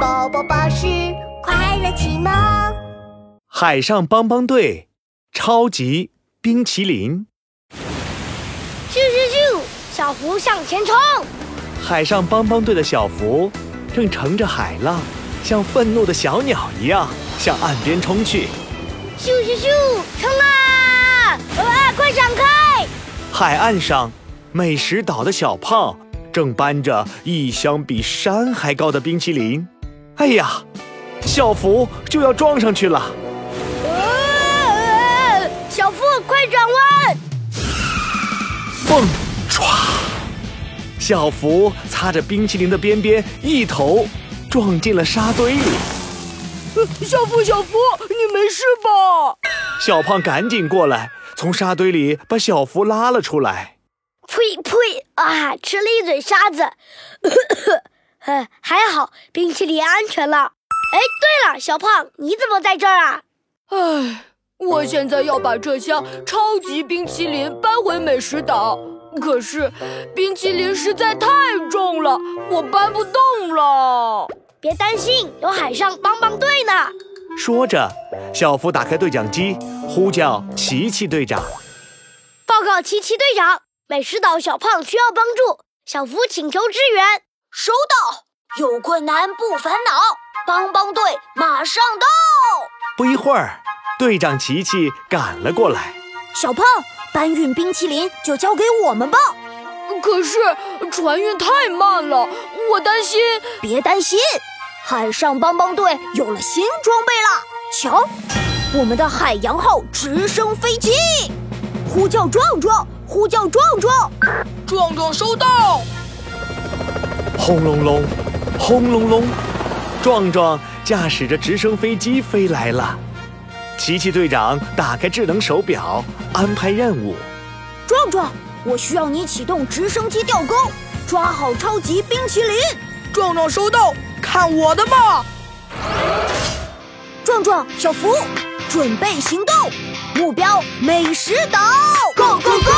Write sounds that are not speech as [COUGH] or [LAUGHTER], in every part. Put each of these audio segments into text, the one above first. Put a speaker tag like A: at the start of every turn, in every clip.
A: 宝宝巴士快乐启蒙，
B: 海上帮帮队，超级冰淇淋。
C: 咻咻咻！小福向前冲，
B: 海上帮帮队的小福正乘着海浪，像愤怒的小鸟一样向岸边冲去。
C: 咻咻咻！冲啊！啊，快闪开！
B: 海岸上，美食岛的小胖正搬着一箱比山还高的冰淇淋。哎呀，小福就要撞上去了！
C: 啊！呃小富，快转弯！
B: 蹦唰，小福擦着冰淇淋的边边，一头撞进了沙堆里。
D: 小福，小福，你没事吧？
B: 小胖赶紧过来，从沙堆里把小福拉了出来。
C: 呸呸！啊，吃了一嘴沙子。呃，还好冰淇淋安全了。哎，对了，小胖，你怎么在这儿啊？
D: 唉，我现在要把这箱超级冰淇淋搬回美食岛，可是冰淇淋实在太重了，我搬不动了。
C: 别担心，有海上帮帮队呢。
B: 说着，小福打开对讲机，呼叫琪琪队长。
C: 报告奇奇队长，美食岛小胖需要帮助，小福请求支援。
E: 收到，有困难不烦恼，帮帮队马上到。
B: 不一会儿，队长琪琪赶了过来。
E: 小胖，搬运冰淇淋就交给我们吧，
D: 可是船运太慢了，我担心。 [LAUGHS]
E: 别担心，海上帮帮队有了新装备啦！瞧，我们的海洋号直升飞机，呼叫壮壮，呼叫壮壮，
D: 壮壮收到。
B: 轰隆隆，轰隆隆，壮壮驾驶着直升飞机飞来了。琪琪队长打开智能手表，安排任务。
E: 壮壮，我需要你启动直升机吊钩，抓好超级冰淇淋。
D: 壮壮收到，看我的吧！
E: 壮壮、小福，准备行动，目标美食岛，Go Go Go！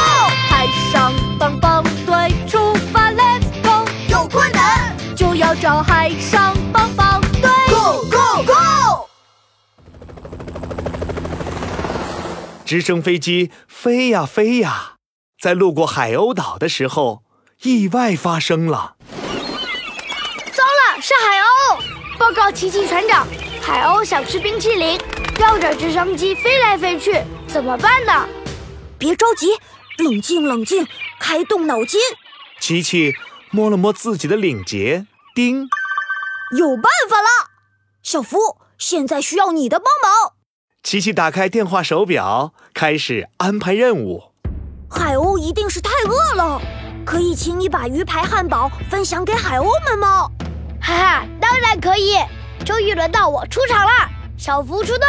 E: 海上帮帮队出发，Let's Go！有困难就要找海上帮帮队，Go Go Go！
B: 直升飞机飞呀飞呀，在路过海鸥岛的时候，意外发生了。
C: 糟了，是海鸥！报告奇奇船长，海鸥想吃冰淇淋，绕着直升机飞来飞去，怎么办呢？
E: 别着急，冷静冷静，开动脑筋，
B: 琪琪摸了摸自己的领结，叮，
E: 有办法啦！小福，现在需要你的帮忙。
B: 琪琪打开电话手表，开始安排任务。
E: 海鸥一定是太饿了，可以请你把鱼排汉堡分享给海鸥们吗？
C: 哈哈，当然可以。终于轮到我出场了，小福出动。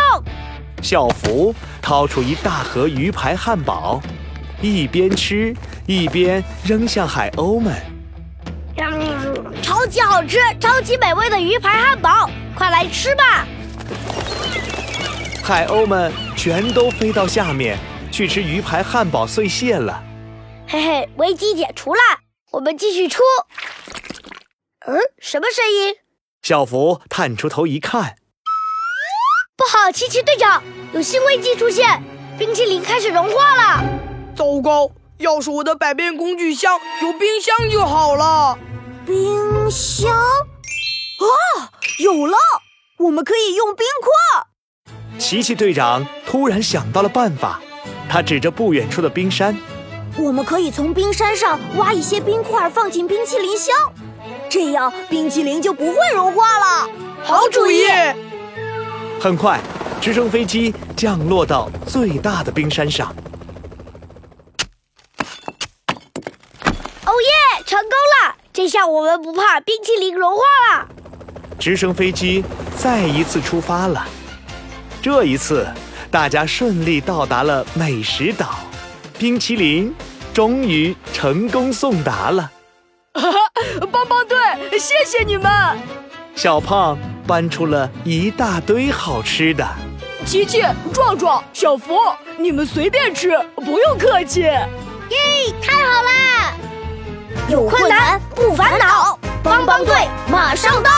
B: 小福掏出一大盒鱼排汉堡，一边吃一边扔向海鸥们。
C: 嗯超级好吃、超级美味的鱼排汉堡，快来吃吧！
B: 海鸥们全都飞到下面去吃鱼排汉堡碎屑了。
C: 嘿嘿，危机解除了，我们继续出。嗯，什么声音？
B: 小福探出头一看，
C: 不好，奇奇队长，有新危机出现，冰淇淋开始融化了。
D: 糟糕，要是我的百变工具箱有冰箱就好了。
E: 冰箱啊，有了！我们可以用冰块。
B: 琪琪队长突然想到了办法，他指着不远处的冰山。
E: 我们可以从冰山上挖一些冰块放进冰淇淋箱，这样冰淇淋就不会融化了。
D: 好主意！
B: 很快，直升飞机降落到最大的冰山上。
C: 哦耶，成功了！这下我们不怕冰淇淋融化了。
B: 直升飞机再一次出发了。这一次，大家顺利到达了美食岛，冰淇淋终于成功送达了。
D: 帮帮队，谢谢你们！
B: 小胖搬出了一大堆好吃的。
D: 琪琪、壮壮、小福，你们随便吃，不用客气。
C: 太好啦！
E: 有困难不烦恼，帮帮队马上到。